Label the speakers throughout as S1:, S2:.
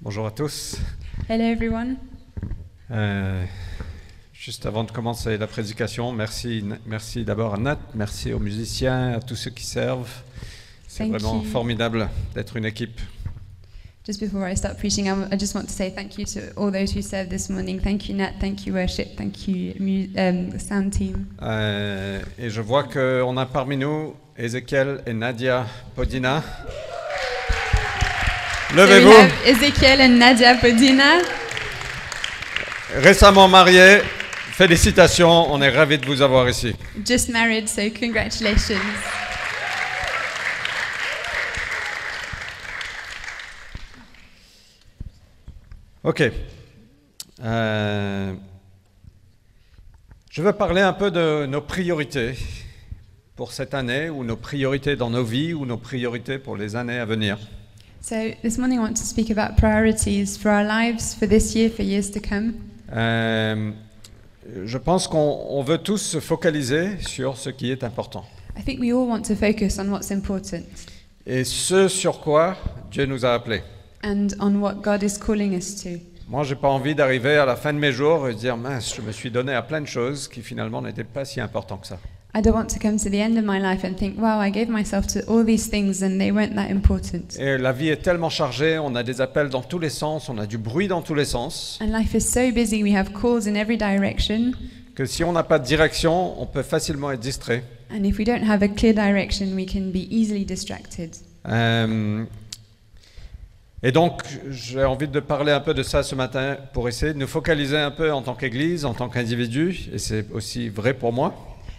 S1: Bonjour à tous.
S2: Hello, everyone.
S1: Euh, juste avant de commencer la prédication, merci, merci d'abord à Nat, merci aux musiciens, à tous ceux qui servent. C'est
S2: Thank
S1: vraiment
S2: you.
S1: formidable d'être une équipe.
S2: Just before I start preaching, I I just want to say thank you to all those who served this morning. Thank you, Nat. Thank you, worship. Thank you, mu- um, sound team.
S1: Euh, et je vois qu'on a parmi nous Ezekiel et Nadia Podina.
S2: So we
S1: Levez-vous,
S2: have Ezekiel and Nadia Podina,
S1: récemment mariés. Félicitations, on est ravis de vous avoir ici.
S2: just married, so congratulations.
S1: Ok. Euh, je veux parler un peu de nos priorités pour cette année, ou nos priorités dans nos vies, ou nos priorités pour les années à venir.
S2: So this morning, I want to speak about priorities for our lives for this year, for years to come.
S1: Euh, je pense qu'on on veut tous se focaliser sur ce qui est important
S2: I think we all want to focus on what's important
S1: et ce sur quoi Dieu nous a appelés.
S2: and on what God is calling us to.
S1: Moi, j'ai pas envie d'arriver à la fin de mes jours et de dire mince, je me suis donné à plein de choses qui finalement n'étaient pas si importantes que ça.
S2: I don't want to come to the end of my life and think, wow, I gave myself to all these things and they weren't that important.
S1: Et la vie est tellement chargée, on a des appels dans tous les sens, on a du bruit dans tous les sens,
S2: And life is so busy, we have calls in every direction.
S1: que si on n'a pas de direction, on peut facilement être distrait.
S2: And if we don't have a clear direction, we can be easily distracted.
S1: Euh, et donc, j'ai envie de parler un peu de ça ce matin pour essayer de nous focaliser un peu en tant qu'Église, en tant qu'individu, et c'est aussi vrai pour moi.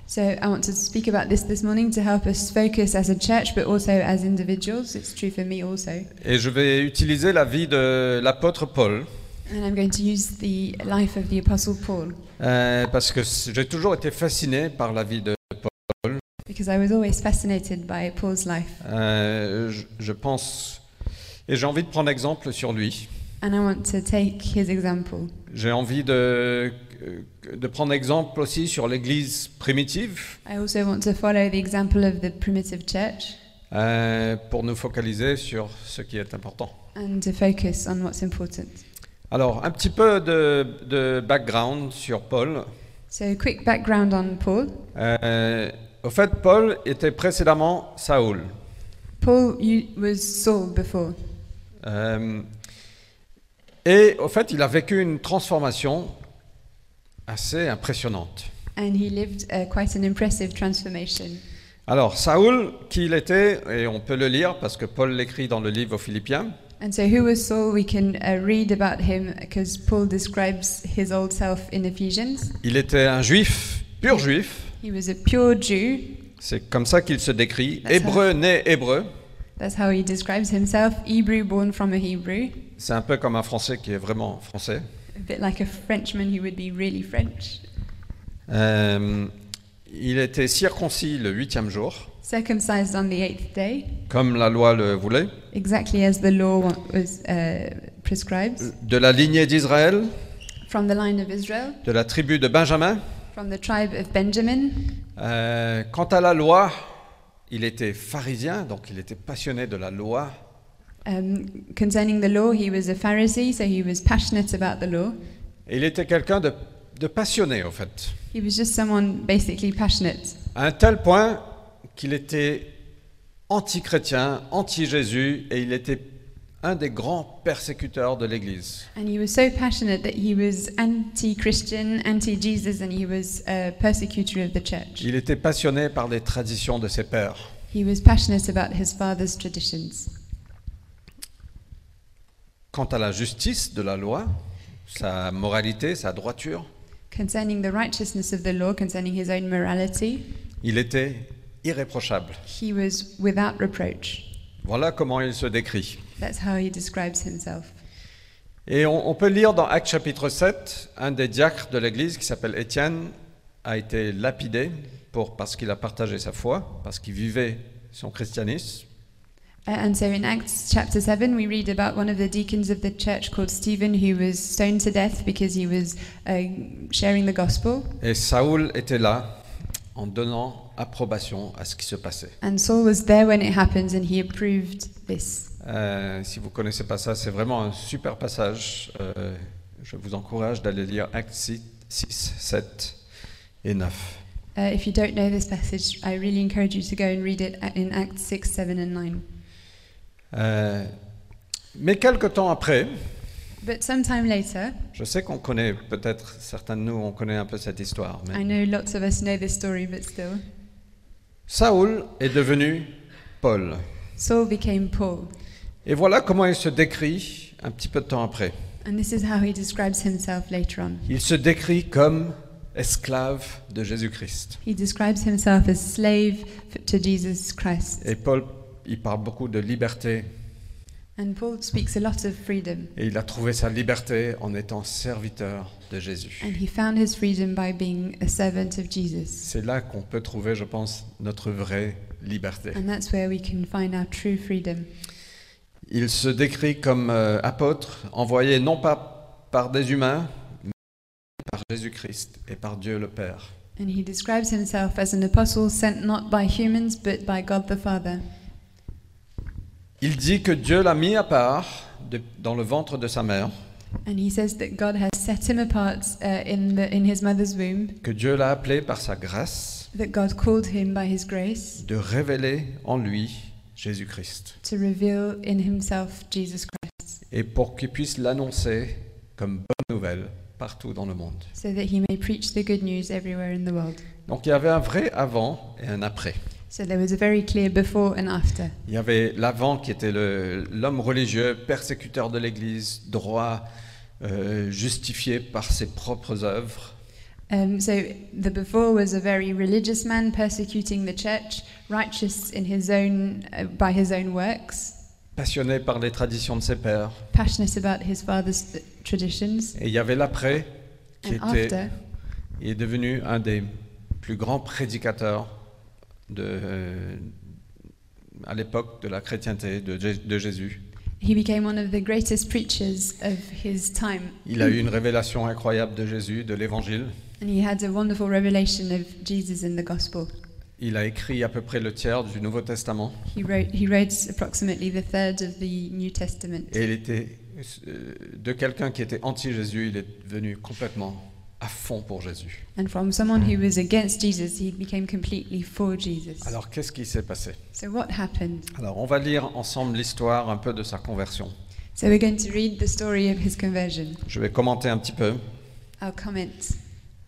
S2: So I want to speak about this this morning to help us focus as a church, but also as individuals. It's true for me also.
S1: Et je vais utiliser la vie de l'apôtre Paul,
S2: And I'm going to use the life of the Apostle Paul
S1: euh, parce que c- j'ai toujours été fasciné par la vie de
S2: because I was always fascinated by Paul's life.
S1: Euh, je, je pense, et j'ai envie de prendre exemple sur lui.
S2: And I want to take his example.
S1: J'ai envie de, de prendre exemple aussi sur l'Église primitive
S2: I also want to follow the example of the primitive church.
S1: euh, pour nous focaliser sur ce qui est important.
S2: and to focus on what's important.
S1: Alors, un petit peu de, de background sur Paul.
S2: So, quick background on Paul.
S1: Euh, au fait, Paul était précédemment Saül.
S2: Paul you, was Saul before,
S1: Euh, et au fait, il a vécu une transformation assez impressionnante.
S2: and he lived uh, quite an impressive transformation.
S1: Alors, Saül, qui il était, et on peut le lire parce que Paul l'écrit dans le livre aux Philippiens,
S2: And so, who was Saul? We can uh, read about him because Paul describes his old self in Ephesians.
S1: il était un juif, pur juif,
S2: He was a pure Jew.
S1: c'est comme ça qu'il se décrit,
S2: That's
S1: hébreu, né hébreu,
S2: That's how he describes himself. Hebrew, born from a Hebrew,
S1: c'est un peu comme un français qui est vraiment français.
S2: a bit like a Frenchman who would be really French.
S1: Euh, il était circoncis le huitième jour,
S2: Circumcised on the eighth day,
S1: comme la loi le voulait,
S2: exactly as the law wa- was uh, prescribes,
S1: de la lignée d'Israël,
S2: from the line of Israel.
S1: de la tribu de Benjamin.
S2: From the tribe of Benjamin.
S1: Euh, quant à la loi, il était pharisien, donc il était passionné de la loi.
S2: Um, concerning the law, he was a Pharisee, so he was passionate about the law.
S1: Et il était quelqu'un de- de passionné, en fait.
S2: He was just someone basically passionate
S1: à un tel point qu'il était anti-chrétien, anti-Jésus, et il était un des grands persécuteurs de l'Église.
S2: and he was so passionate that he was anti-Christian, anti-Jesus, and he was a persecutor of the church.
S1: Il était passionné par les traditions de ses pères.
S2: He was passionate about his father's traditions.
S1: Quant à la justice de la loi, sa moralité, sa droiture,
S2: Concerning the righteousness of the law, concerning his own morality,
S1: il était irréprochable.
S2: he was without reproach.
S1: Voilà comment il se décrit.
S2: That's how he describes himself.
S1: Et on, on peut lire dans Actes chapitre 7, un des diacres de l'Église qui s'appelle Étienne a été lapidé pour, parce qu'il a partagé sa foi, parce qu'il vivait son christianisme.
S2: Uh, And so in Acts chapter 7, we read about one of the deacons of the church called Stephen who was stoned to death because he was uh, sharing the um, gospel.
S1: Et Saoul était là, en donnant approbation à ce qui se passait.
S2: And Saul was there when it happened and he approved this.
S1: Euh, si vous ne connaissez pas ça, c'est vraiment un super passage. Euh, je vous encourage d'aller lire Actes 6, 6, 7 et 9.
S2: Uh, if you don't know this passage, I really encourage you to go and read it at- in Acts 6, 7, and 9.
S1: Euh, mais quelque temps après,
S2: But sometime later,
S1: je sais qu'on connaît peut-être, certains de nous, on connaît un peu cette histoire, mais
S2: I know lots of us know this story, but still,
S1: Saoul est devenu Paul.
S2: Saul became Paul.
S1: Et voilà comment il se décrit un petit peu de temps après.
S2: And this is how he describes himself later on.
S1: Il se décrit comme esclave de Jésus-Christ.
S2: He describes himself as slave f- to Jesus Christ.
S1: Et Paul, il parle beaucoup de liberté,
S2: And Paul speaks a lot of freedom.
S1: et il a trouvé sa liberté en étant serviteur de Jésus.
S2: And he found his freedom by being a servant of Jesus.
S1: C'est là qu'on peut trouver, je pense, notre vraie liberté.
S2: And that's where we can find our true freedom.
S1: Il se décrit comme euh, apôtre, envoyé non pas par des humains, mais par Jésus-Christ et par Dieu le Père.
S2: And he describes himself as an apostle sent not by humans but by God the Father.
S1: Il dit que Dieu l'a mis à part de- dans le ventre de sa mère,
S2: And he says that God has set him apart uh, in, the, in his mother's womb,
S1: que Dieu l'a appelé par sa grâce
S2: that God called him by his grace
S1: de révéler en lui Jésus-Christ
S2: to reveal in himself Jesus Christ,
S1: et pour qu'il puisse l'annoncer comme bonne nouvelle partout dans le monde.
S2: so that he may preach the good news everywhere in the world.
S1: Donc il y avait un vrai avant et un après.
S2: So there was a very clear before and after.
S1: Il y avait l'avant qui était le- l'homme religieux, persécuteur de l'Église, droit, euh, justifié par ses propres œuvres.
S2: Um, so the before was a very religious man persecuting the church, righteous in his own uh, by his own works,
S1: passionné par les traditions de ses pères.
S2: passionate about his father's uh, traditions,
S1: Et il y avait l'après, qui
S2: and
S1: était,
S2: after
S1: il est devenu un des plus grands prédicateurs de, euh, à l'époque de la chrétienté de, Jé- de Jésus.
S2: he became one of the greatest preachers of his time,
S1: Il a eu une révélation incroyable de Jésus, de l'Évangile.
S2: and he had a wonderful revelation of Jesus in the gospel.
S1: Il a écrit à peu près le tiers du Nouveau Testament.
S2: He wrote he wrote approximately the third of the New Testament,
S1: Et il était euh, de quelqu'un qui était anti-Jésus, il est devenu complètement à fond pour Jésus.
S2: and from someone who was against Jesus, he became completely for Jesus.
S1: Alors qu'est-ce qui s'est passé
S2: So what happened?
S1: Alors on va lire ensemble l'histoire un peu de sa conversion.
S2: So we're going to read the story of his conversion.
S1: Je vais commenter un petit peu
S2: I'll comment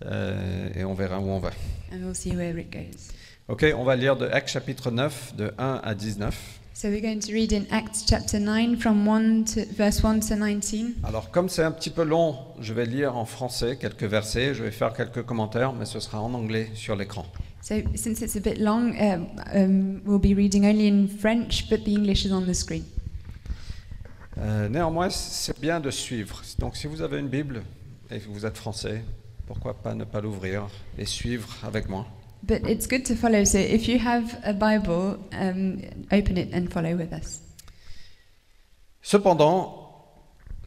S1: euh, et on verra où on va.
S2: and we'll see where it goes.
S1: Ok, on va lire de Actes chapitre 9 de 1 à 19.
S2: So we're going to read in Acts chapter 9 from 1 to verse 1 to 19.
S1: Alors comme c'est un petit peu long, je vais lire en français quelques versets, je vais faire quelques commentaires, mais ce sera en anglais sur l'écran.
S2: So since it's a bit long, um, um, we'll be reading only in French, but the English is on the screen.
S1: Euh, néanmoins, c'est bien de suivre. Donc, si vous avez une Bible et que vous êtes français, pourquoi pas ne pas l'ouvrir et suivre avec moi.
S2: But it's good to follow. So if you have a Bible, um, open it and follow with us.
S1: Cependant,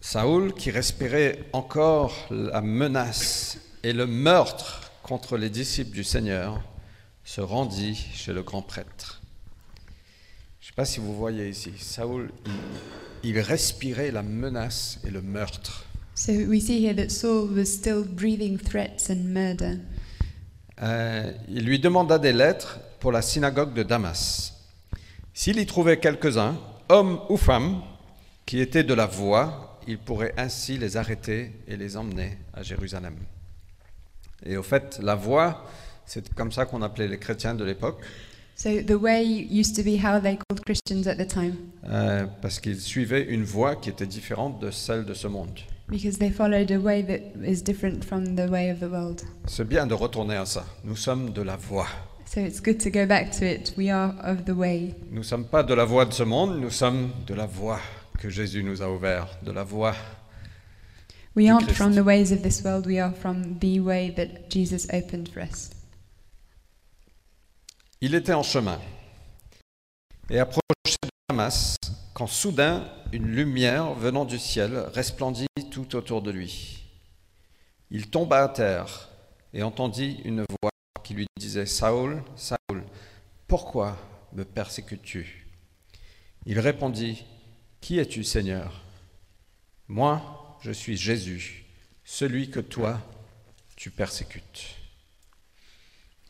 S1: Saoul, qui respirait encore la menace et le meurtre contre les disciples du Seigneur, se rendit chez le grand prêtre. Je ne sais pas si vous voyez ici, Saoul, il- il respirait la menace et le meurtre.
S2: So we see here that Saul was still breathing threats and murder.
S1: Euh, il lui demanda des lettres pour la synagogue de Damas. S'il y trouvait quelques-uns, hommes ou femmes, qui étaient de la voie, il pourrait ainsi les arrêter et les emmener à Jérusalem. Et au fait, la voie, c'est comme ça qu'on appelait les chrétiens de l'époque,
S2: So the way used to be how they called Christians at the time,
S1: euh, parce qu'ils suivaient une voie qui était différente de celle de ce monde.
S2: because they followed a way that is different from the way of the world.
S1: C'est bien de retourner à ça. Nous sommes de la voie.
S2: So it's good to go back to it. We are of the way.
S1: Nous ne sommes pas de la voie de ce monde, nous sommes de la voie que Jésus nous a ouverte, de la voie
S2: We
S1: Du
S2: aren't
S1: Christ.
S2: from the ways of this world, we are from the way that Jesus opened for us.
S1: Il était en chemin et approchait de Damas quand soudain une lumière venant du ciel resplendit tout autour de lui. Il tomba à terre et entendit une voix qui lui disait Saoul, Saoul, pourquoi me persécutes-tu Il répondit Qui es-tu, Seigneur Moi, je suis Jésus, celui que toi, tu persécutes.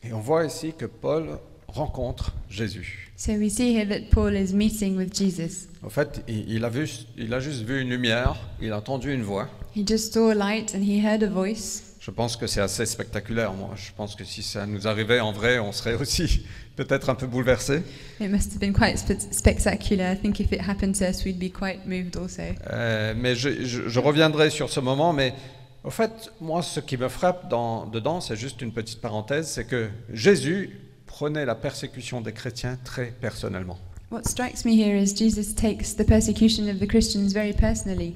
S1: Et on voit ici que Paul rencontre Jésus.
S2: So we see here that Paul is meeting with Jesus.
S1: En fait, il, il a vu, il a juste vu une lumière, il a entendu une voix.
S2: He just saw a light and he heard a voice.
S1: Je pense que c'est assez spectaculaire. Moi, je pense que si ça nous arrivait en vrai, on serait aussi peut-être un peu bouleversé.
S2: It must have been quite spe- spectacular. I think if it happened to us, we'd be quite moved also.
S1: Euh, mais je, je- je reviendrai sur ce moment. Mais au fait, moi, ce qui me frappe dans- dedans, c'est juste une petite parenthèse, c'est que Jésus prenait la persécution des chrétiens très personnellement.
S2: What strikes me here is Jesus takes the persecution of the Christians very personally.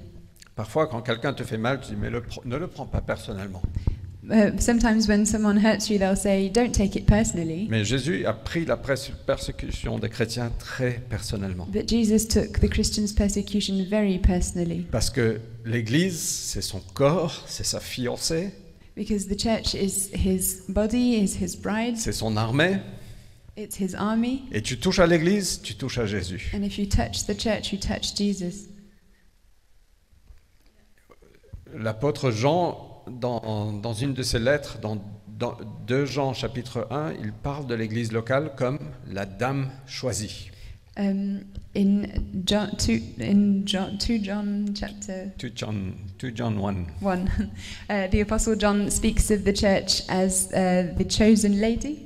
S1: Parfois, quand quelqu'un te fait mal, tu dis mais le pr- ne le prends pas personnellement.
S2: Uh, sometimes when someone hurts you, they'll say, "Don't take it personally."
S1: Mais Jésus a pris la pres- persécution des chrétiens très personnellement.
S2: But Jesus took the Christians' persecution very personally
S1: Parce que l'Église, c'est son corps, c'est sa fiancée,
S2: because the church is his body, is his bride,
S1: c'est son armée.
S2: it's his army,
S1: Et tu touches à l'Église, tu touches à Jésus.
S2: and if you touch the church, you touch Jesus.
S1: L'apôtre Jean, dans, dans une de ses lettres, dans, dans 2 Jean chapitre 1, il parle de l'Église locale comme la dame choisie.
S2: Um, in John two, in John two John chapter
S1: 2 John, 2 John 1.
S2: one, uh, the apostle John speaks of the church as uh, the chosen lady.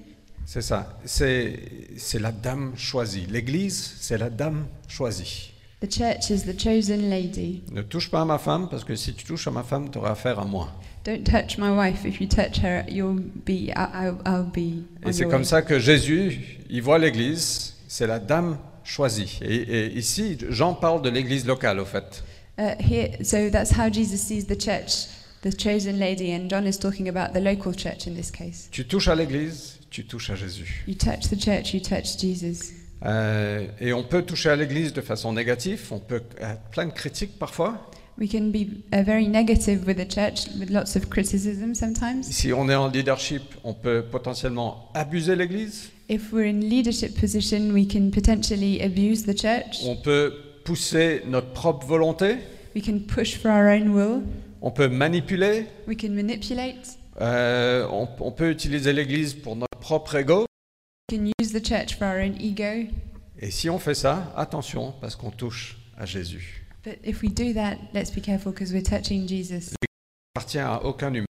S1: C'est ça, c'est c'est la dame choisie. L'Église, c'est la dame choisie.
S2: The church is the chosen lady.
S1: Ne touche pas à ma femme, parce que si tu touches à ma femme, tu auras affaire à moi.
S2: Don't touch my wife. If you touch her, you'll be. I- I'll, I'll be. on
S1: Et c'est
S2: your
S1: comme
S2: way.
S1: ça que Jésus, il voit l'Église, c'est la dame choisie. Et, et ici, Jean parle de l'Église locale, au fait.
S2: Uh, here, so that's how Jesus sees the church, the chosen lady, and John is talking about the local church in this case.
S1: Tu touches à l'Église, tu touches à Jésus.
S2: You touch the church, you touch Jesus.
S1: Euh, et on peut toucher à l'Église de façon négative, on peut être plein de critiques parfois.
S2: We can be uh, very negative with the church, with lots of criticism sometimes.
S1: Si on est en leadership, on peut potentiellement abuser l'Église,
S2: If we're in leadership position, we can potentially abuse the church.
S1: on peut pousser notre propre volonté,
S2: We can push for our own will.
S1: on peut manipuler,
S2: We can manipulate.
S1: euh, on- on peut utiliser l'Église pour notre propre ego.
S2: We can use the church for our own ego.
S1: Et si on fait ça, attention, parce qu'on touche à Jésus.
S2: But if we do that, let's be careful because we're touching Jesus.
S1: Ça appartient à aucun humain,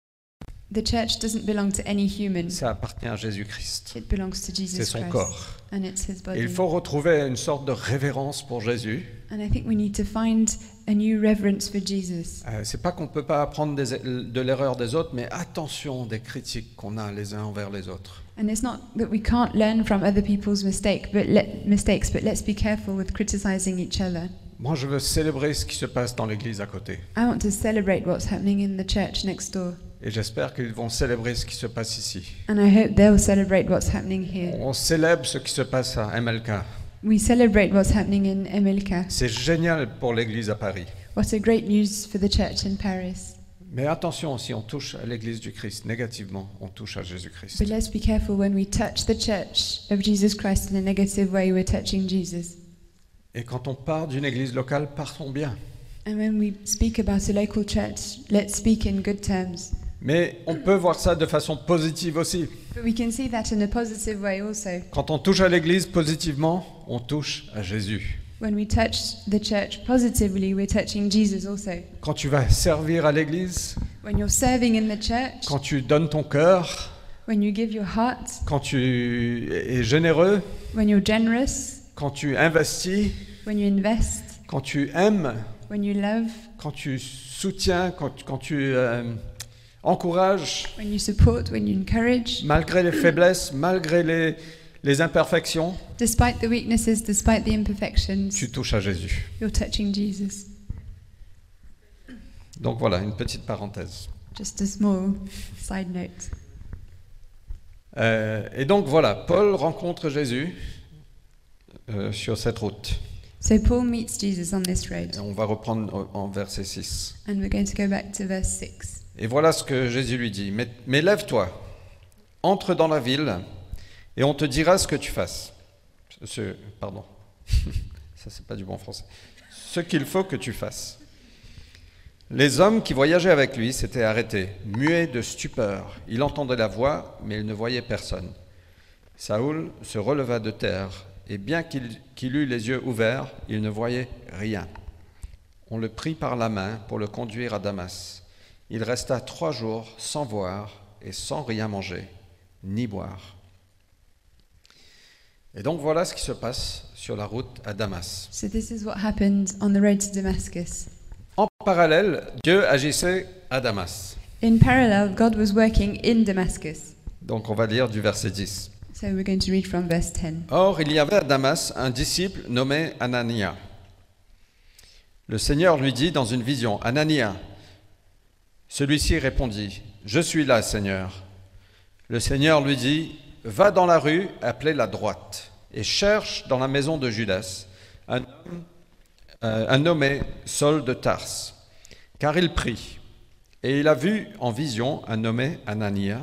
S2: The church doesn't belong to any human.
S1: ça appartient à Jésus-Christ.
S2: It belongs to
S1: C'est
S2: Jesus
S1: son
S2: Christ.
S1: corps.
S2: And it's his body.
S1: Et il faut retrouver une sorte de révérence pour Jésus.
S2: And I think we need to find a new reverence for Jesus.
S1: Euh, c'est pas qu'on peut pas apprendre des- de l'erreur des autres, mais attention des critiques qu'on a les uns envers les autres.
S2: And it's not that we can't learn from other people's mistake, but let, mistakes, but let's be careful with criticizing each other.
S1: Moi, je veux célébrer ce qui se passe dans l'église à côté.
S2: I want to celebrate what's happening in the church next door,
S1: Et j'espère qu'ils vont célébrer ce qui se passe ici.
S2: and I hope they'll celebrate what's happening here.
S1: On célèbre ce qui se passe à MLK.
S2: We celebrate what's happening in Emilka.
S1: C'est génial pour l'église à Paris.
S2: What a great news for the church in Paris.
S1: Mais attention, si on touche à l'Église du Christ négativement, on touche à Jésus-Christ.
S2: But let's be careful when we touch the church of Jesus Christ in a negative way, we're touching Jesus.
S1: Et quand on part d'une Église locale, partons bien.
S2: And when we speak about a local church, let's speak in good terms.
S1: Mais on peut voir ça de façon positive aussi.
S2: But we can see that in a positive way also.
S1: Quand on touche à l'Église positivement, on touche à Jésus.
S2: When we touch the church positively, we're touching Jesus also.
S1: Quand tu vas servir à l'Église,
S2: When you're serving in the church,
S1: quand tu donnes ton cœur,
S2: when you give your heart,
S1: quand tu es généreux,
S2: when you're generous,
S1: quand tu investis,
S2: when you invest,
S1: quand tu aimes,
S2: when you love,
S1: quand tu soutiens, quand, quand tu euh, encourages,
S2: when you support, when you encourage,
S1: malgré les faiblesses, malgré les- les imperfections,
S2: despite the weaknesses, despite the imperfections,
S1: tu touches à Jésus.
S2: you're touching Jesus.
S1: Donc voilà, une petite parenthèse.
S2: Just a small side note.
S1: Euh, et donc voilà, Paul rencontre Jésus euh, sur cette route.
S2: So Paul meets Jesus on this
S1: Et
S2: road,
S1: on va reprendre en en verset 6.
S2: and we're going to go back to verse 6.
S1: Et voilà ce que Jésus lui dit. Mais, mais lève-toi, entre dans la ville et on te dira ce que tu fasses. Ce, pardon, ça c'est pas du bon français. Ce qu'il faut que tu fasses. Les hommes qui voyageaient avec lui s'étaient arrêtés, muets de stupeur. Il entendait la voix, mais il ne voyait personne. Saoul se releva de terre, et bien qu'il qu'il eût les yeux ouverts, il ne voyait rien. On le prit par la main pour le conduire à Damas. Il resta trois jours sans voir et sans rien manger, ni boire. Et donc voilà ce qui se passe sur la route à Damas.
S2: So this is what happened on the road to Damascus.
S1: En parallèle, Dieu agissait à Damas.
S2: In parallel, God was working in Damascus.
S1: Donc on va lire du verset 10.
S2: So we're going to read from verse 10.
S1: Or, il y avait à Damas un disciple nommé Anania. Le Seigneur lui dit dans une vision, Anania. Celui-ci répondit, Je suis là, Seigneur. Le Seigneur lui dit, Va dans la rue appelée la droite et cherche dans la maison de Judas un, homme, euh, un nommé Saul de Tarse. Car il prit, et il a vu en vision un nommé Anania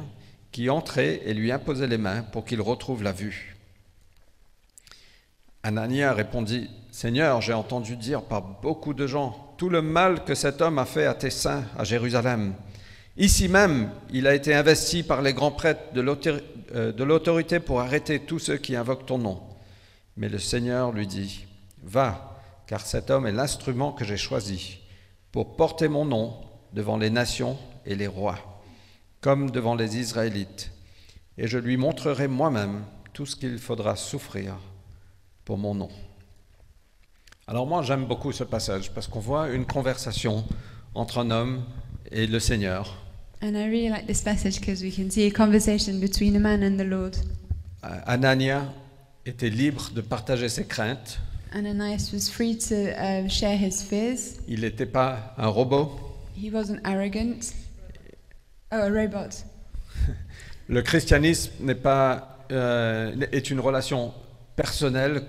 S1: qui entrait et lui imposait les mains pour qu'il retrouve la vue. Anania répondit, Seigneur, j'ai entendu dire par beaucoup de gens tout le mal que cet homme a fait à tes saints à Jérusalem. Ici même, il a été investi par les grands prêtres de l'autori- euh, de l'autorité pour arrêter tous ceux qui invoquent ton nom. Mais le Seigneur lui dit, Va, car cet homme est l'instrument que j'ai choisi pour porter mon nom devant les nations et les rois, comme devant les Israélites. Et je lui montrerai moi-même tout ce qu'il faudra souffrir pour mon nom. Alors moi j'aime beaucoup ce passage parce qu'on voit une conversation entre un homme et le Seigneur.
S2: And I really like this passage because we can see a conversation between a man and the Lord.
S1: Euh, Anania était libre de partager ses craintes.
S2: Ananias was free to uh, share his fears.
S1: Il n'était pas un robot.
S2: He wasn't arrogant. Oh, a robot.
S1: Le christianisme n'est pas euh, est une relation personnelle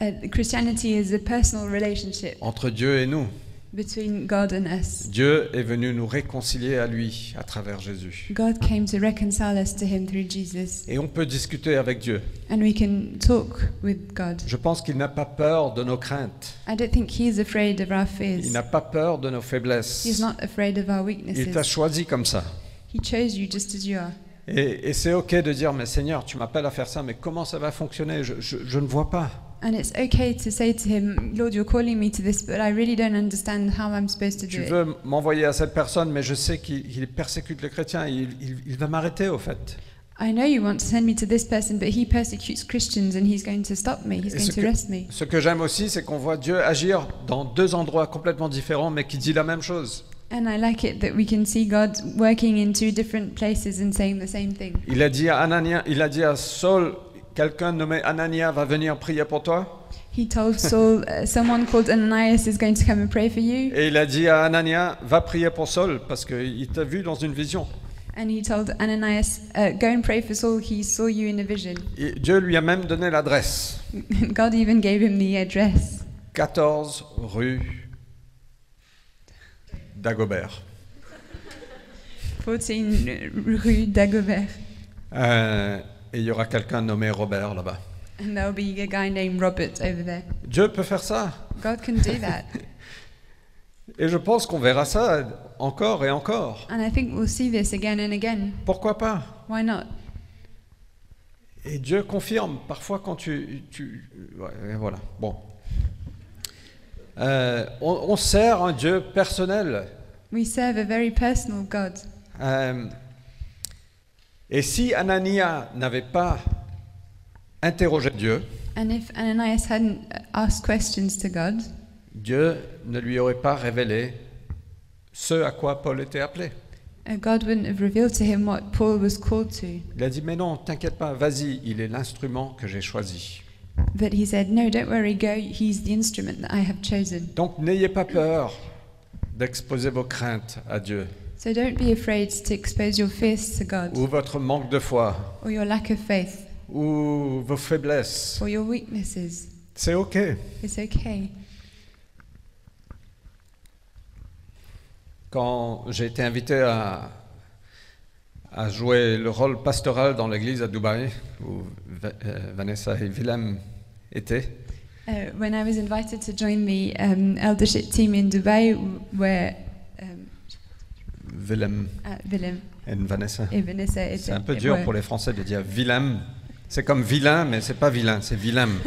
S2: Uh, Christianity is a personal relationship
S1: entre Dieu et nous.
S2: between God and us.
S1: Dieu est venu nous réconcilier à lui à travers Jésus.
S2: God came to reconcile us to Him through Jesus,
S1: Et on peut discuter avec Dieu.
S2: and we can talk with God.
S1: Je pense qu'il n'a pas peur de nos craintes.
S2: I don't think He's afraid of our
S1: Il
S2: fears.
S1: n'a pas peur de nos
S2: He's
S1: faiblesses.
S2: not afraid of our
S1: Il t'a
S2: weaknesses.
S1: choisi comme ça.
S2: He chose you just as you are.
S1: Et, et c'est OK de dire, mais Seigneur, tu m'appelles à faire ça, mais comment ça va fonctionner je, je- je ne vois pas.
S2: And it's okay to say to Him, Lord, you're calling me to this, but I really don't understand how I'm supposed to do
S1: Tu
S2: it.
S1: veux m'envoyer à cette personne, mais je sais qu'il il persécute les chrétiens. Il, il- il va m'arrêter, au fait.
S2: I know you want to send me to this person, but He persecutes Christians and He's going to stop me. He's
S1: Et
S2: going
S1: ce
S2: to
S1: que-
S2: arrest me.
S1: Ce que j'aime aussi, c'est qu'on voit Dieu agir dans deux endroits complètement différents, mais qui dit la même chose.
S2: And I like it that we can see God working in two different places and saying the same thing.
S1: Il a dit à Anania, il a dit à Saul, quelqu'un nommé Anania va venir prier pour toi.
S2: He told Saul, uh, someone called Ananias is going to come and pray for you.
S1: Et il a dit à Anania, va prier pour Saul, parce qu'il t'a vu dans une vision.
S2: And he told Ananias, uh, go and pray for Saul. He saw you in a vision.
S1: Et Dieu lui a même donné l'adresse.
S2: God even gave him the address
S1: 14 rue Dagobert.
S2: 14 uh, Rue Dagobert.
S1: Euh, et il y aura quelqu'un nommé Robert là-bas.
S2: And there'll be a guy named Robert over there.
S1: Dieu peut faire ça.
S2: God can do that.
S1: Et je pense qu'on verra ça encore et encore.
S2: And I think we'll see this again and again.
S1: Pourquoi pas
S2: Why not?
S1: Et Dieu confirme, parfois quand tu... tu ouais, voilà, bon. Euh, on, on sert un Dieu personnel.
S2: We serve a very personal God.
S1: Euh, et si Anania n'avait pas interrogé Dieu,
S2: And if Ananias hadn't uh, asked questions to God,
S1: Dieu ne lui aurait pas révélé ce à quoi Paul était appelé.
S2: Uh, God wouldn't have revealed to him what Paul was called to.
S1: Il a dit, mais non, t'inquiète pas, vas-y, il est l'instrument que j'ai choisi.
S2: But he said, No, don't worry, go. He's the instrument that I have chosen.
S1: Donc n'ayez pas peur d'exposer vos craintes à Dieu,
S2: So don't be afraid to expose your fears to God,
S1: ou votre manque de foi,
S2: or your lack of faith,
S1: ou vos faiblesses.
S2: or your weaknesses.
S1: C'est OK.
S2: It's okay.
S1: Quand j'ai été invité à, a joué le rôle pastoral dans l'église à Dubaï, où Va- euh, Vanessa et Willem étaient.
S2: Uh, when I was invited to join the um, eldership team in Dubai, w- where um,
S1: Willem
S2: uh, Willem
S1: et Vanessa.
S2: et Vanessa étaient-
S1: C'est un peu dur
S2: were-
S1: pour les Français de dire Willem. C'est comme vilain, mais c'est pas vilain, c'est Willem.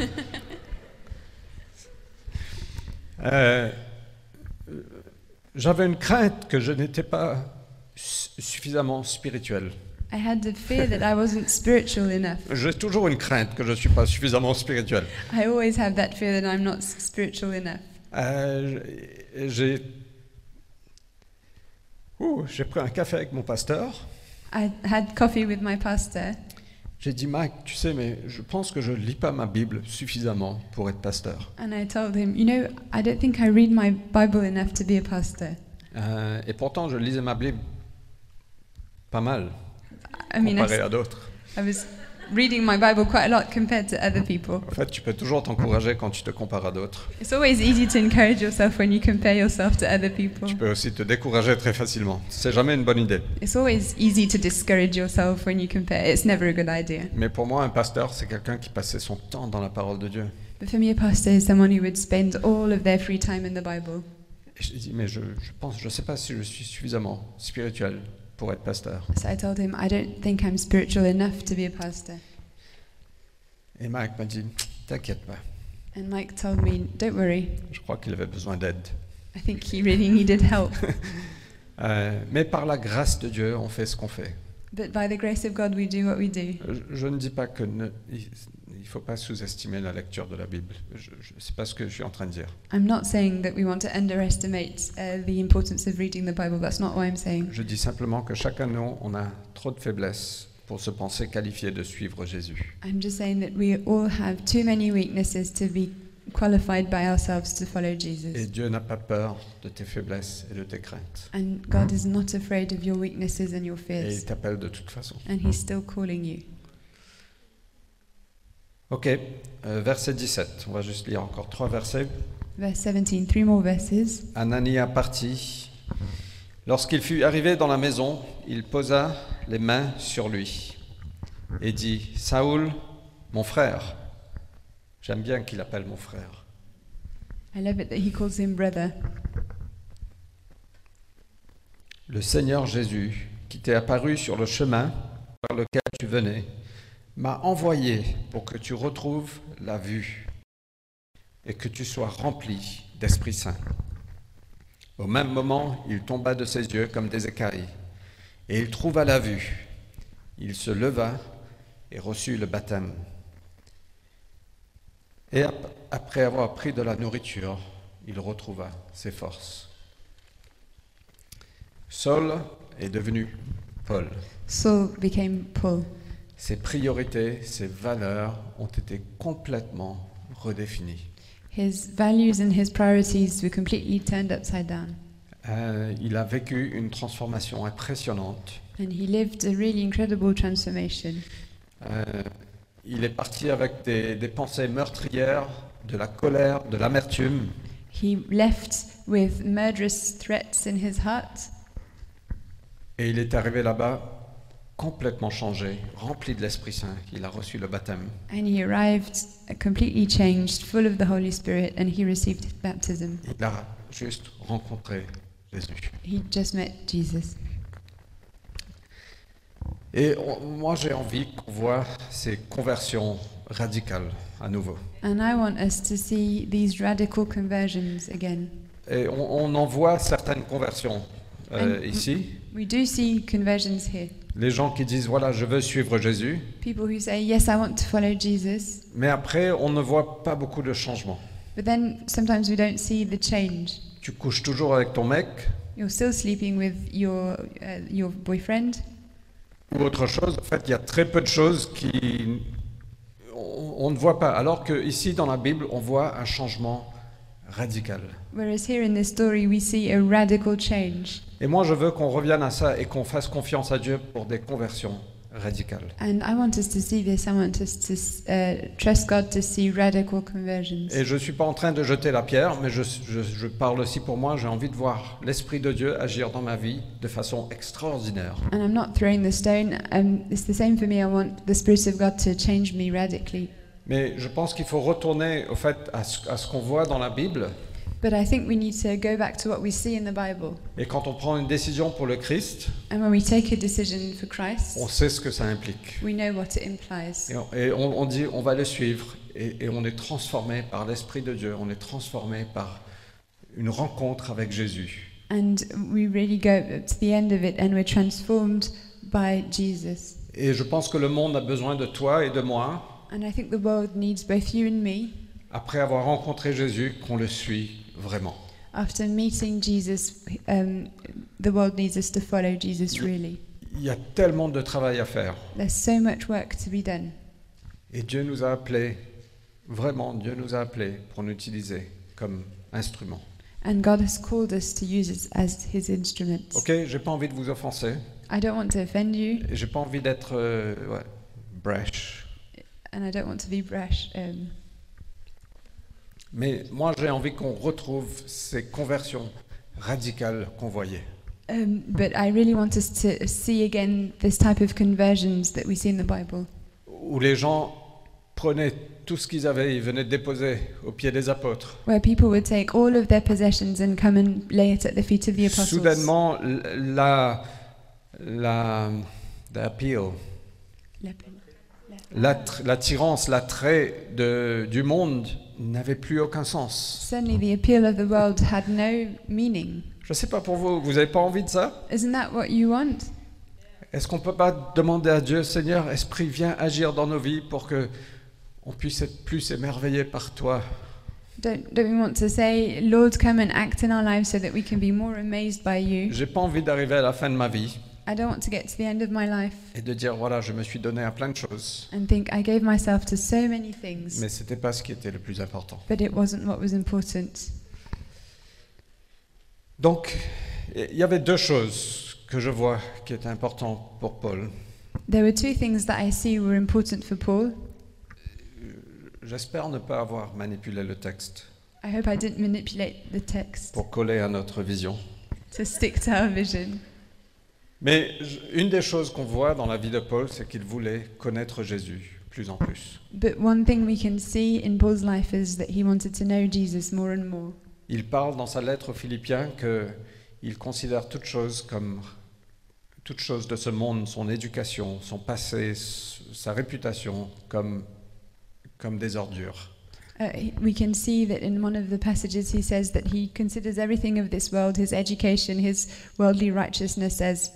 S1: Euh, J'avais une crainte que je n'étais pas su- suffisamment spirituel.
S2: I had the fear that I wasn't spiritual enough.
S1: J'ai toujours une crainte que je ne suis pas suffisamment spirituel.
S2: I always have that fear that I'm not s- spiritual enough.
S1: Euh, j'ai Ouh, j'ai pris un café avec mon pasteur.
S2: I had coffee with my pastor,
S1: J'ai dit, Mike, tu sais, mais je pense que je ne lis pas ma Bible suffisamment pour être pasteur.
S2: and I told him, you know, I don't think I read my Bible enough to be a pastor.
S1: Euh, et pourtant, je lisais ma Bible pas mal,
S2: I mean, I,
S1: comparé
S2: s-
S1: à d'autres.
S2: I was reading my Bible quite a lot compared to other people.
S1: En fait, tu peux toujours t'encourager quand tu te compares à d'autres.
S2: It's always easy to encourage yourself when you compare yourself to other people.
S1: Tu peux aussi te décourager très facilement. C'est jamais une bonne idée.
S2: It's always easy to discourage yourself when you compare. It's never a good idea.
S1: Mais pour moi, un pasteur, c'est quelqu'un qui passait son temps dans la parole de Dieu.
S2: But for me, a pastor is someone who would spend all of their free time in the Bible.
S1: Et je dis, mais je, je pense, je ne sais pas si je suis suffisamment spirituel pour être pasteur.
S2: So I told him, I don't think I'm spiritual enough to be a pastor.
S1: Et Mike m'a dit, t'inquiète pas,
S2: And Mike told me, don't worry.
S1: je crois qu'il avait besoin d'aide.
S2: I think he really needed help.
S1: Euh, mais par la grâce de Dieu, on fait ce qu'on fait.
S2: But by the grace of God, we do what we do.
S1: Je, je ne dis pas que ne- il ne faut pas sous-estimer la lecture de la Bible. Je je- c'est pas ce que je suis en train de dire.
S2: I'm not saying that we want to underestimate uh, the importance of reading the Bible. That's not what I'm saying.
S1: Je dis simplement que chacun de nous, on a trop de faiblesses pour se penser qualifié de suivre Jésus.
S2: I'm just saying that we all have too many weaknesses to be qualified by ourselves to follow Jesus.
S1: Et Dieu n'a pas peur de tes faiblesses et de tes craintes.
S2: And God is not afraid of your weaknesses and your
S1: Et il
S2: fears.
S1: t'appelle de toute façon.
S2: And He's still calling you.
S1: Ok, euh, verset 17. On va juste lire encore trois versets.
S2: Verse 17, three more verses.
S1: Anania partit. Lorsqu'il fut arrivé dans la maison, il posa les mains sur lui et dit Saoul, mon frère. J'aime bien qu'il appelle mon frère.
S2: I love it that He calls him brother.
S1: Le Seigneur Jésus, qui t'est apparu sur le chemin par lequel tu venais, m'a envoyé pour que tu retrouves la vue et que tu sois rempli d'Esprit Saint. Au même moment, il tomba de ses yeux comme des écailles, et il trouva la vue. Il se leva et reçut le baptême. Et ap- après avoir pris de la nourriture, il retrouva ses forces. Saul est devenu Paul.
S2: Saul became Paul.
S1: Ses priorités, ses valeurs ont été complètement redéfinies.
S2: His values and his priorities were completely turned upside down.
S1: Euh, il a vécu une transformation impressionnante.
S2: And he lived a really incredible transformation.
S1: Euh, il est parti avec des, des pensées meurtrières, de la colère, de l'amertume.
S2: He left with murderous threats in his heart,
S1: Et il est arrivé là-bas complètement changé, rempli de l'Esprit Saint. Il a reçu le baptême.
S2: and he arrived completely changed, full of the Holy Spirit, and he received baptism.
S1: Il a juste rencontré Jésus.
S2: He just met Jesus.
S1: Et on- moi, j'ai envie qu'on voit ces conversions radicales à nouveau.
S2: And I want us to see these radical conversions again.
S1: Et on, on en voit certaines conversions euh,
S2: Amen.
S1: ici.
S2: We do see conversions here.
S1: Les gens qui disent voilà, je veux suivre Jésus,
S2: People who say, Yes, I want to follow Jesus,
S1: mais après, on ne voit pas beaucoup de changements.
S2: but then sometimes we don't see the change.
S1: Tu couches toujours avec ton mec
S2: You're still sleeping with your, uh, your boyfriend,
S1: ou autre chose. En fait, il y a très peu de choses qui. On, on ne voit pas. Alors que ici, dans la Bible, on voit un changement radical.
S2: whereas here in this story we see a radical change.
S1: Et moi, je veux qu'on revienne à ça et qu'on fasse confiance à Dieu pour des conversions radicale.
S2: And I want us to see this. I want us to uh, trust God to see radical conversions.
S1: Et je ne suis pas en train de jeter la pierre, mais je, je- je parle aussi pour moi, j'ai envie de voir l'Esprit de Dieu agir dans ma vie de façon extraordinaire.
S2: And I'm not throwing the stone. Um, it's the same for me. I want the Spirit of God to change me radically.
S1: Mais je pense qu'il faut retourner au fait à ce, à ce qu'on voit dans la Bible.
S2: But I think we need to go back to what we see in the Bible.
S1: Et quand on prend une décision pour le Christ,
S2: And when we take a decision for Christ,
S1: on sait ce que ça implique.
S2: we know what it implies.
S1: Et on, et on- on dit on va le suivre et, et on est transformé par l'Esprit de Dieu, on est transformé par une rencontre avec Jésus.
S2: And we really go to the end of it and we're transformed by Jesus.
S1: Et je pense que le monde a besoin de toi et de moi,
S2: And I think the world needs both you and me.
S1: après avoir rencontré Jésus, qu'on le suit vraiment.
S2: After meeting Jesus, um, the world needs us to follow Jesus really.
S1: Il y a tellement de travail à faire.
S2: There's so much work to be done.
S1: Et Dieu nous a appelés, vraiment Dieu nous a appelés pour nous utiliser comme instrument.
S2: And God has called us to use us as his instruments.
S1: Ok, j'ai pas envie de vous offenser,
S2: I don't want to offend you
S1: et j'ai pas envie d'être euh, ouais, brèche.
S2: and I don't want to be brash. Um,
S1: Mais moi, j'ai envie qu'on retrouve ces conversions radicales qu'on voyait.
S2: Um, but I really want us to see again this type of conversions that we see in the Bible,
S1: Où les gens prenaient tout ce qu'ils avaient, ils venaient déposer aux pieds des apôtres.
S2: where people would take all of their possessions and come and lay it at the feet of the apostles.
S1: Soudainement, l- la, la, l'appeal, l'att- l'attirance, l'attrait de- du monde n'avait plus aucun sens.
S2: Suddenly, the appeal of the world had no meaning.
S1: Je ne sais pas pour vous, vous n'avez pas envie de ça
S2: Isn't that what you want?
S1: Est-ce qu'on ne peut pas demander à Dieu, Seigneur, Esprit, viens agir dans nos vies pour que on puisse être plus émerveillé par toi
S2: Don't, don't we want to say, Lord, come and act in our lives so that we can be more amazed by you?
S1: J'ai pas envie d'arriver à la fin de ma vie
S2: I don't want to get to the end of my life
S1: et de dire voilà, je me suis donné à plein de choses,
S2: and think I gave myself to so many things,
S1: mais c'était pas ce qui était le plus important.
S2: but it wasn't what was important.
S1: Donc, il y avait deux choses que je vois qui étaient importantes pour Paul.
S2: There were two things that I see were important for Paul.
S1: J'espère ne pas avoir manipulé le texte
S2: I hope I didn't manipulate the text
S1: pour coller à notre vision.
S2: to stick to our vision.
S1: Mais j- une des choses qu'on voit dans la vie de Paul, c'est qu'il voulait connaître Jésus plus en plus.
S2: But one thing we can see in Paul's life is that he wanted to know Jesus more and more.
S1: Il parle dans sa lettre aux Philippiens que il considère toute chose comme toute chose de ce monde, son éducation, son passé, s- sa réputation comme comme des ordures.
S2: Uh, he- we can see that in one of the passages he says that he considers everything of this world, his education, his worldly righteousness, as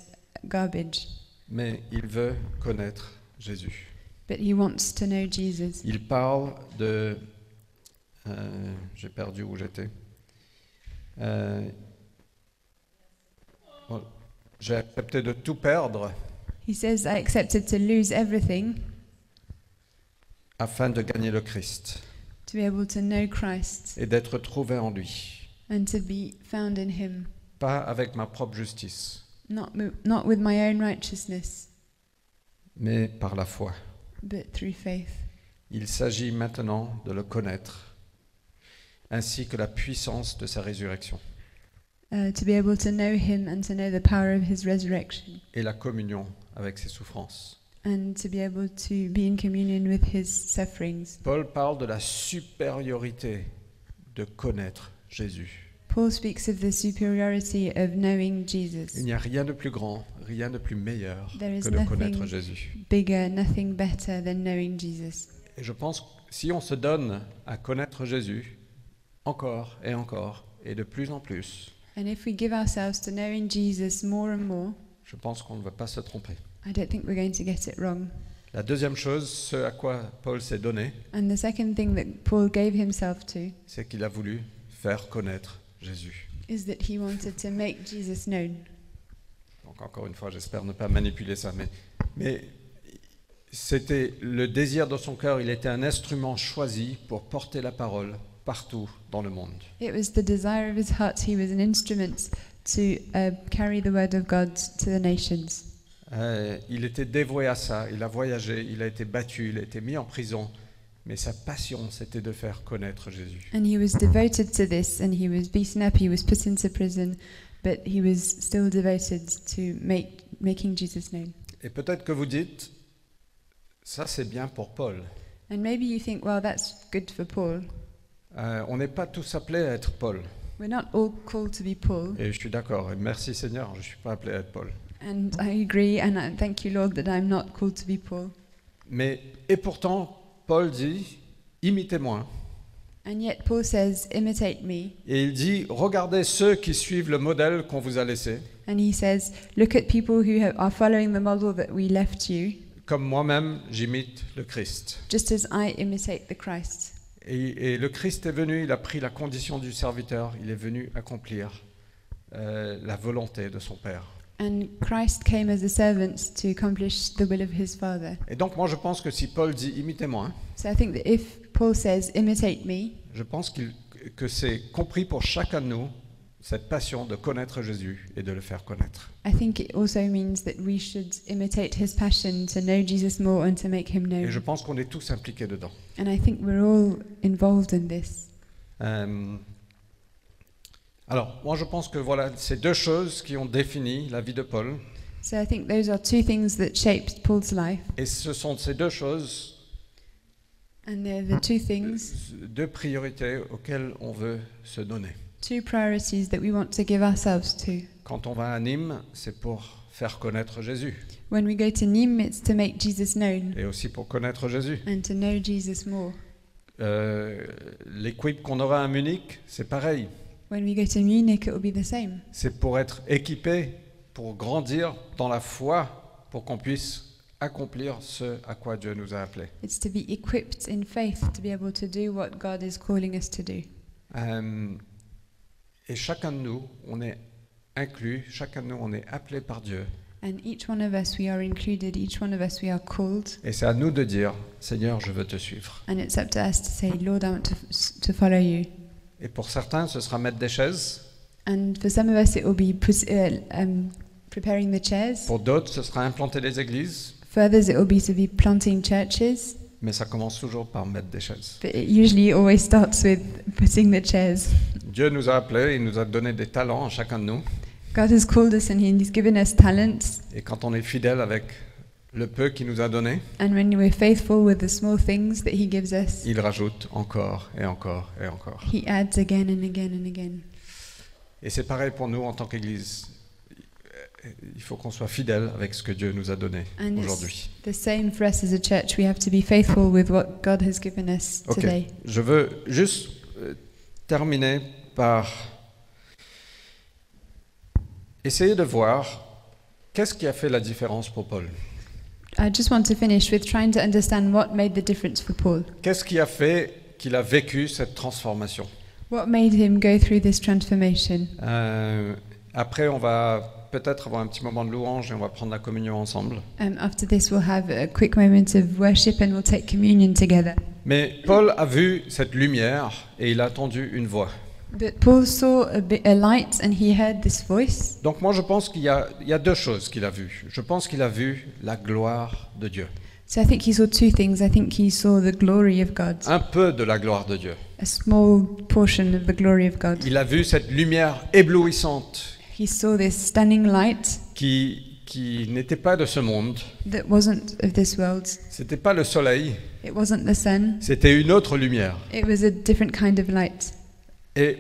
S2: garbage.
S1: Mais il veut connaître Jésus.
S2: But he wants to know Jesus.
S1: Il parle de euh, j'ai perdu où j'étais. Euh, bon, j'ai accepté de tout perdre
S2: He says, I accepted to lose everything
S1: afin de gagner le Christ
S2: to be able to know Christ
S1: et d'être trouvé en lui,
S2: and to be found in him,
S1: pas avec ma propre justice,
S2: not, mo- not with my own righteousness,
S1: mais par la foi.
S2: but through faith.
S1: Il s'agit maintenant de le connaître, ainsi que la puissance de sa résurrection
S2: uh, to be able to know him and to know the power of his resurrection
S1: et la communion avec ses souffrances.
S2: and to be able to be in communion with his sufferings.
S1: Paul parle de la supériorité de connaître Jésus.
S2: Paul speaks of the superiority of knowing
S1: Il
S2: Jesus.
S1: n'y a rien de plus grand, rien de plus meilleur
S2: There is
S1: que de
S2: nothing-
S1: connaître Jésus.
S2: Bigger, nothing better than knowing Jesus.
S1: Et je pense que si on se donne à connaître Jésus encore et encore et de plus en plus,
S2: And if we give ourselves to knowing Jesus more and more,
S1: je pense qu'on ne va pas se tromper.
S2: I don't think we're going to get it wrong.
S1: La deuxième chose, ce à quoi Paul s'est donné,
S2: And the second thing that Paul gave himself to
S1: c'est qu'il a voulu faire connaître Jésus.
S2: is that he wanted to make Jesus known.
S1: Donc encore une fois, j'espère ne pas manipuler ça, mais, mais c'était le désir de son cœur, il était un instrument choisi pour porter la parole partout dans le monde.
S2: It was the desire of his heart. He was an instrument to uh, carry the word of God to the nations.
S1: Euh, il était dévoué à ça, il a voyagé, il a été battu, il a été mis en prison, mais sa passion, c'était de faire connaître Jésus.
S2: And he was devoted to this, and he was beaten up, he was put into prison, but he was still devoted to make, making Jesus known.
S1: Et peut-être que vous dites, ça c'est bien pour Paul.
S2: And maybe you think, well, that's good for Paul.
S1: Euh, on n'est pas tous appelés à être Paul.
S2: We're not all called to be Paul,
S1: Et je suis d'accord, et merci Seigneur, je ne suis pas appelé à être Paul.
S2: and I agree, and I thank you, Lord, that I'm not called to be Paul.
S1: Mais, et pourtant, Paul dit, imitez-moi.
S2: And yet Paul says, imitate me.
S1: Et il dit, regardez ceux qui suivent le modèle qu'on vous a laissé,
S2: And he says, look at people who have, are following the model that we left you,
S1: comme moi-même, j'imite le Christ.
S2: just as I imitate the Christ.
S1: Et, et le Christ est venu, il a pris la condition du serviteur, il est venu accomplir euh, la volonté de son Père.
S2: And Christ came as a servant to accomplish the will of his Father.
S1: Et donc moi je pense que si Paul dit imitez-moi, hein,
S2: So I think that if Paul says, imitate me,
S1: je pense qu'il- que c'est compris pour chacun de nous cette passion de connaître Jésus et de le faire connaître.
S2: I think it also means that we should imitate his passion to know Jesus more and to make him
S1: Et je
S2: known.
S1: pense qu'on est tous impliqués dedans.
S2: And I think we're all involved in this.
S1: Euh, alors moi je pense que voilà ces deux choses qui ont défini la vie de Paul.
S2: So I think those are two things that shaped Paul's life.
S1: Et ce sont ces deux choses,
S2: And they're the two things,
S1: deux priorités auxquelles on veut se donner.
S2: two priorities that we want to give ourselves to.
S1: Quand on va à Nîmes, c'est pour faire connaître Jésus
S2: When we go to Nîmes, it's to make Jesus known
S1: et aussi pour connaître Jésus.
S2: and to know Jesus more.
S1: Euh, L'équipe qu'on aura à Munich, c'est pareil.
S2: When we go to Munich, it will be the same.
S1: C'est pour être équipé, pour grandir dans la foi, pour qu'on puisse accomplir ce à quoi Dieu nous a appelés.
S2: It's to be equipped in faith to be able to do what God is calling us to do.
S1: Euh, et chacun de nous, on est inclus, chacun de nous, on est appelé par Dieu.
S2: And each one of us, we are included, each one of us, we are called.
S1: Et c'est à nous de dire, Seigneur, je veux te suivre.
S2: And it's up to us to say, Lord, I want to, to follow you.
S1: Et pour certains, ce sera mettre des chaises.
S2: And for some of us, it will be pres- uh, um, preparing the chairs.
S1: Pour d'autres, ce sera implanter des églises.
S2: For others, it will be to be planting churches.
S1: Mais ça commence toujours par mettre des chaises.
S2: But it usually always starts with putting the chairs.
S1: Dieu nous a appelés, il nous a donné des talents à chacun de nous.
S2: God has called us and He's given us talents.
S1: Et quand on est fidèle avec le peu qu'il nous a donné,
S2: And when we're faithful with the small things that He gives us,
S1: il rajoute encore et encore et encore.
S2: He adds again and again and again.
S1: Et c'est pareil pour nous en tant qu'Église. Il faut qu'on soit fidèle avec ce que Dieu nous a donné
S2: And it's
S1: aujourd'hui.
S2: the same for us as a church. We have to be faithful with what God has given us
S1: Ok,
S2: today.
S1: je veux juste euh, terminer par essayer de voir qu'est-ce qui a fait la différence pour Paul.
S2: I just want to finish with trying to understand what made the difference for Paul.
S1: Qu'est-ce qui a fait qu'il a vécu cette transformation
S2: What made him go through this transformation?
S1: Euh, Après, on va peut-être avoir un petit moment de louange et on va prendre la communion ensemble.
S2: Um, after this, we'll have a quick moment of worship and we'll take communion together.
S1: Mais Paul a vu cette lumière et il a attendu une voix.
S2: But Paul saw a, bit, a light and he heard this voice.
S1: Donc moi, je pense qu'il y, a- il y a deux choses qu'il a vues. Je pense qu'il a vu la gloire de Dieu.
S2: So I think he saw two things. I think he saw the glory of God,
S1: Un peu de la gloire de Dieu.
S2: a small portion of the glory of God.
S1: Il a vu cette lumière éblouissante
S2: He saw this stunning light
S1: qui, qui n'était pas de ce monde.
S2: that wasn't of this world.
S1: C'était pas le soleil,
S2: It wasn't the sun.
S1: c'était une autre lumière.
S2: It was a different kind of light.
S1: Et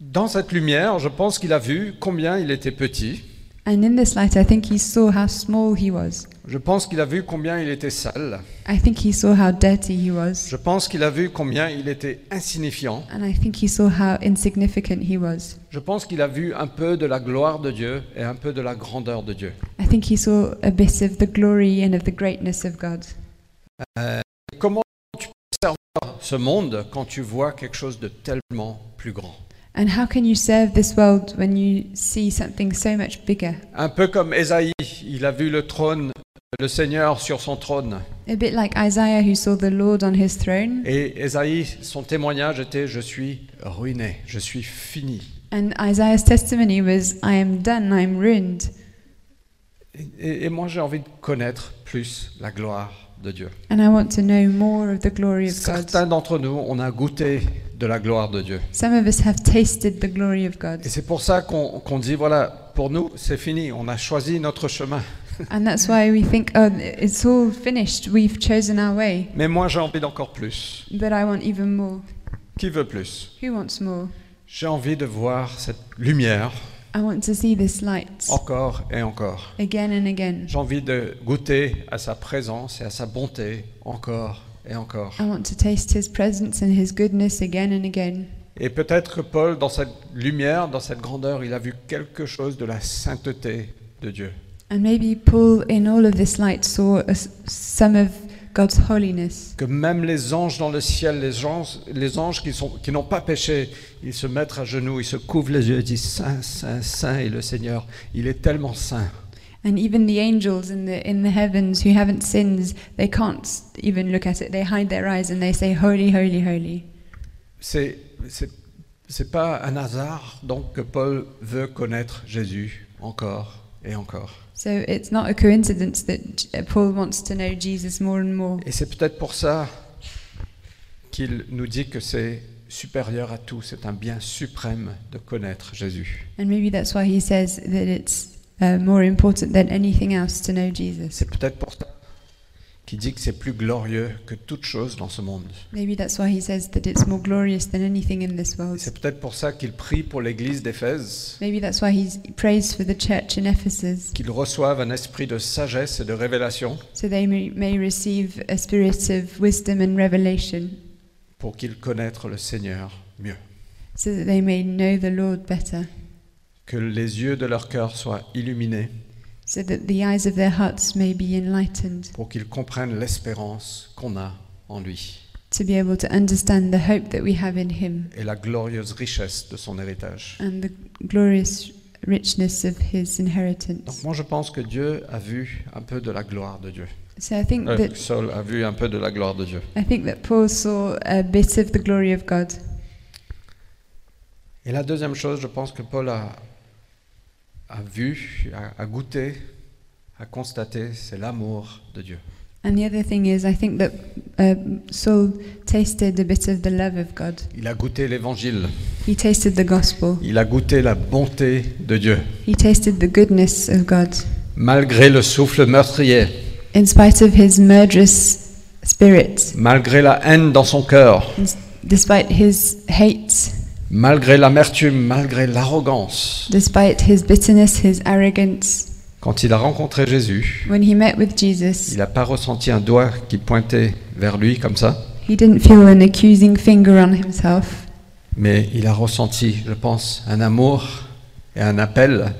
S1: dans cette lumière, je pense qu'il a vu combien il était petit.
S2: And in this light, I think he saw how small he was.
S1: Je pense qu'il a vu combien il était sale.
S2: I think he saw how dirty he was.
S1: Je pense qu'il a vu combien il était insignifiant.
S2: And I think he saw how insignificant he was.
S1: Je pense qu'il a vu un peu de la gloire de Dieu et un peu de la grandeur de Dieu.
S2: I think he saw a bit of the glory and of the greatness of God.
S1: Comment tu peux servir ce monde quand tu vois quelque chose de tellement plus grand
S2: And how can you serve this world when you see something so much bigger?
S1: Un peu comme Ésaïe, il a vu le trône, le Seigneur sur son trône.
S2: A bit like Isaiah, who saw the Lord on his throne.
S1: Et Ésaïe, son témoignage était Je suis ruiné, je suis fini.
S2: And Isaiah's testimony was, I am done, I am ruined.
S1: Et, et moi, j'ai envie de connaître plus la gloire de Dieu.
S2: And I want to know more of the glory of God.
S1: Certains d'entre nous, on a goûté de la gloire de Dieu.
S2: Some of us have tasted the glory of God.
S1: Et c'est pour ça qu'on qu'on dit, voilà, pour nous, c'est fini, on a choisi notre chemin.
S2: And that's why we think, oh, it's all finished. We've chosen our way.
S1: Mais moi, j'ai envie d'encore plus.
S2: But I want even more.
S1: Qui veut plus
S2: Who wants more?
S1: J'ai envie de voir cette lumière
S2: I want to see this light
S1: encore et encore.
S2: again and again.
S1: J'ai envie de goûter à sa présence et à sa bonté encore et encore.
S2: I want to taste his presence and his goodness again and again.
S1: Et peut-être que Paul, dans cette lumière, dans cette grandeur, il a vu quelque chose de la sainteté de Dieu.
S2: And maybe Paul, in all of this light, saw a s some of God's holiness.
S1: Que même les anges dans le ciel, les anges, les anges qui sont- qui n'ont pas péché, ils se mettent à genoux, ils se couvrent les yeux et disent Saint, Saint, Saint et le Seigneur, il est tellement saint.
S2: And even the angels in the in the heavens who haven't sinned, they can't s- even look at it. They hide their eyes and they say, "Holy, holy, holy."
S1: C'est, c'est, c'est pas un hasard donc que Paul veut connaître Jésus encore et encore.
S2: So it's not a coincidence that J- Paul wants to know Jesus more and more.
S1: Et c'est peut-être pour ça qu'il nous dit que c'est supérieur à tout, c'est un bien suprême de connaître Jésus.
S2: And maybe that's why he says that it's uh, more important than anything else to know Jesus.
S1: C'est peut-être pour ça qu'il dit que c'est plus glorieux que toute chose dans ce monde.
S2: Maybe that's why he says that it's more glorious than anything in this
S1: Et
S2: world.
S1: C'est peut-être pour ça qu'il prie pour l'église d'Éphèse,
S2: Maybe that's why he prays for the church in Ephesus,
S1: qu'ils reçoivent un esprit de sagesse et de révélation
S2: so they may, may receive a spirit of wisdom and revelation,
S1: pour qu'ils connaissent le Seigneur mieux.
S2: so that they may know the Lord better,
S1: Que les yeux de leur cœur soient illuminés
S2: so that the eyes of their hearts may be enlightened,
S1: pour qu'ils comprennent l'espérance qu'on a en lui
S2: to be able to understand the hope that we have in him
S1: et la glorieuse richesse de son héritage.
S2: and the glorious richness of his
S1: Donc
S2: inheritance.
S1: moi je pense que Dieu a vu un peu de la gloire de Dieu.
S2: So I think
S1: Euh,
S2: that
S1: Saul a vu un peu de la gloire de Dieu.
S2: I think that Paul saw a bit of the glory of God.
S1: Et la deuxième chose, je pense que Paul a, a vu, a, a goûté, a constaté, c'est l'amour de Dieu.
S2: And the other thing is, I think that uh, Saul tasted a bit of the love of God.
S1: Il a goûté l'évangile,
S2: He tasted the gospel.
S1: il a goûté la bonté de Dieu,
S2: He tasted the goodness of God.
S1: malgré le souffle meurtrier,
S2: In spite of his murderous spirit,
S1: malgré la haine dans son cœur,
S2: in- despite his hate,
S1: malgré l'amertume, malgré l'arrogance.
S2: despite his bitterness, his arrogance,
S1: Quand il a rencontré Jésus,
S2: when he met with Jesus,
S1: il n'a pas ressenti un doigt qui pointait vers lui comme ça.
S2: he didn't feel an accusing finger on himself,
S1: Mais il a ressenti, je pense, un amour et un appel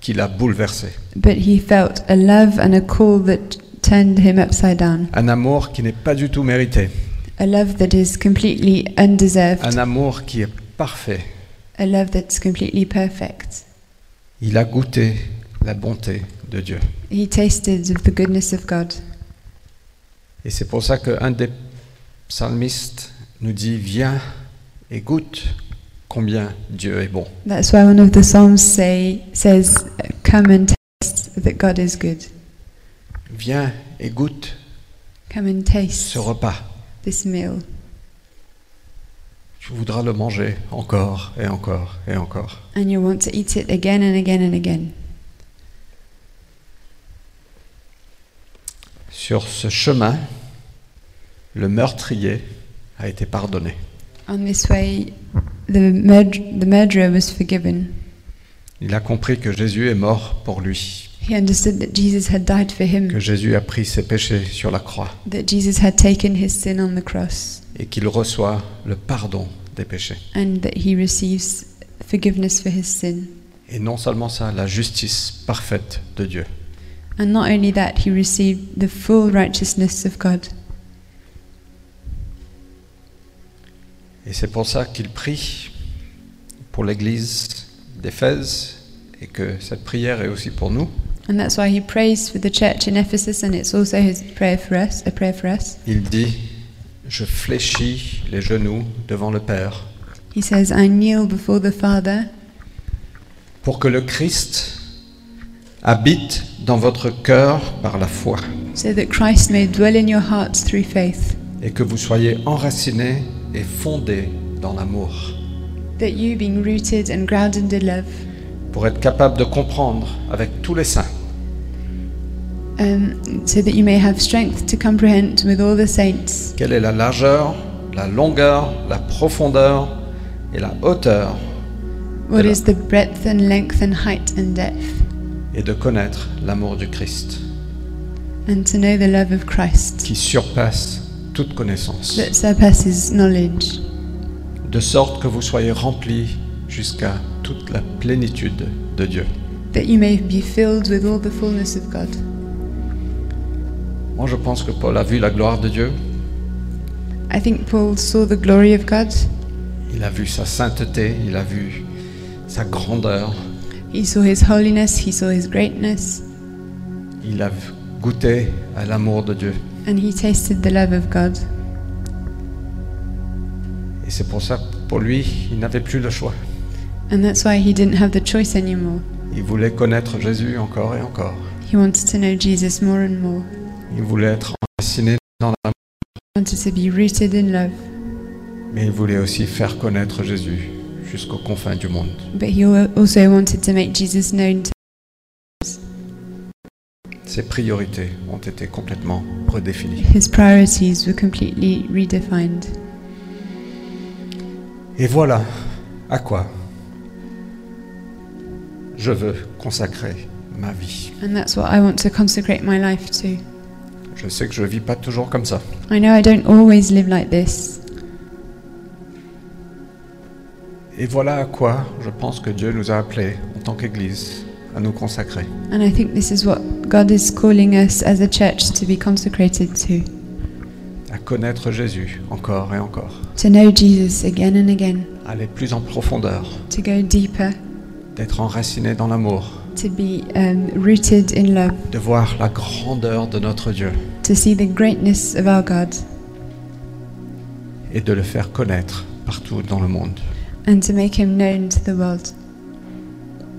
S1: qui l'a bouleversé.
S2: but he felt a love and a call that turned him upside down.
S1: Un amour qui n'est pas du tout mérité.
S2: A love that is completely undeserved,
S1: Un amour qui est parfait.
S2: a love that's completely perfect.
S1: Il a goûté la bonté de Dieu.
S2: He tasted of the goodness of God.
S1: Et c'est pour ça qu'un des psalmistes nous dit, viens et goûte combien Dieu est bon.
S2: That's why one of the psalms say says, "Come and taste that God is good.
S1: Viens et goûte
S2: Come and taste
S1: ce repas.
S2: this meal.
S1: Tu voudras le manger encore et encore et encore.
S2: And you'll want to eat it again and again and again."
S1: Sur ce chemin, le meurtrier a été pardonné.
S2: On this way, the murd- the murderer was forgiven.
S1: Il a compris que Jésus est mort pour lui,
S2: He understood that Jesus had died for
S1: que
S2: him,
S1: Jésus a pris ses péchés sur la croix
S2: that Jesus had taken his sin on the cross,
S1: et qu'il reçoit le pardon des péchés.
S2: and that he receives forgiveness for his sin.
S1: Et non seulement ça, la justice parfaite de Dieu.
S2: And not only that, he received the full righteousness of God.
S1: Et c'est pour ça qu'il prie pour l'Église d'Éphèse et que cette prière est aussi pour nous.
S2: And that's why he prays for the church in Ephesus, and it's also his prayer for us, a prayer for us.
S1: Il dit, je fléchis les genoux devant le Père
S2: He says, I kneel before the Father
S1: pour que le Christ habite dans votre cœur par la foi
S2: so that Christ may dwell in your hearts through faith,
S1: et que vous soyez enracinés et fondés dans l'amour
S2: that you, being rooted and grounded in love,
S1: pour être capable de comprendre avec tous les saints
S2: um, so that you may have strength to comprehend with all the saints
S1: quelle est la largeur, la longueur, la profondeur et la hauteur
S2: what
S1: Yeah.
S2: is the breadth and length and height and depth,
S1: et de connaître l'amour du Christ
S2: and to know the love of Christ
S1: qui surpasse toute connaissance,
S2: that surpasses knowledge,
S1: de sorte que vous soyez remplis jusqu'à toute la plénitude de Dieu.
S2: that you may be filled with all the fullness of God.
S1: Moi, je pense que Paul a vu la gloire de Dieu,
S2: I think Paul saw the glory of God.
S1: il a vu sa sainteté, il a vu sa grandeur,
S2: He saw his holiness, he saw his greatness,
S1: il a goûté à l'amour de Dieu.
S2: and he tasted the love of God.
S1: Et c'est pour ça que pour lui, il n'avait plus le choix.
S2: And that's why he didn't have the choice anymore.
S1: Il voulait connaître Jésus encore et encore.
S2: He wanted to know Jesus more and more. He
S1: Il voulait être enraciné dans l'amour,
S2: wanted to be rooted in love,
S1: mais il voulait aussi faire connaître Jésus jusqu'aux confins du monde.
S2: but he al- also wanted to make Jesus known to
S1: Ses priorités ont été complètement redéfinies.
S2: his priorities were completely redefined.
S1: Et voilà à quoi je veux consacrer ma vie.
S2: And that's what I want to consecrate my life to.
S1: Je sais que je ne vis pas toujours comme ça,
S2: I know I don't always live like this,
S1: Et voilà à quoi je pense que Dieu nous a appelés en tant qu'Église à nous consacrer.
S2: and I think this is what God is calling us as a church to be consecrated to
S1: À connaître Jésus encore et encore.
S2: to know Jesus again and again,
S1: Aller plus en profondeur.
S2: to go deeper,
S1: D'être enraciné dans l'amour.
S2: to be um, rooted in love,
S1: De voir la grandeur de notre Dieu.
S2: to see the greatness of our God,
S1: Et de le faire connaître partout dans le monde.
S2: and to make him known to the world.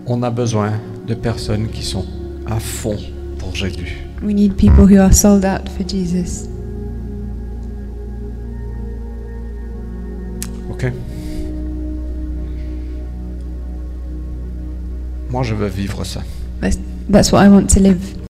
S1: On a besoin de personnes qui sont à fond pour Jésus.
S2: We need people who are sold out for Jesus.
S1: Ok Moi, je veux vivre ça.
S2: That's, that's what I want to live.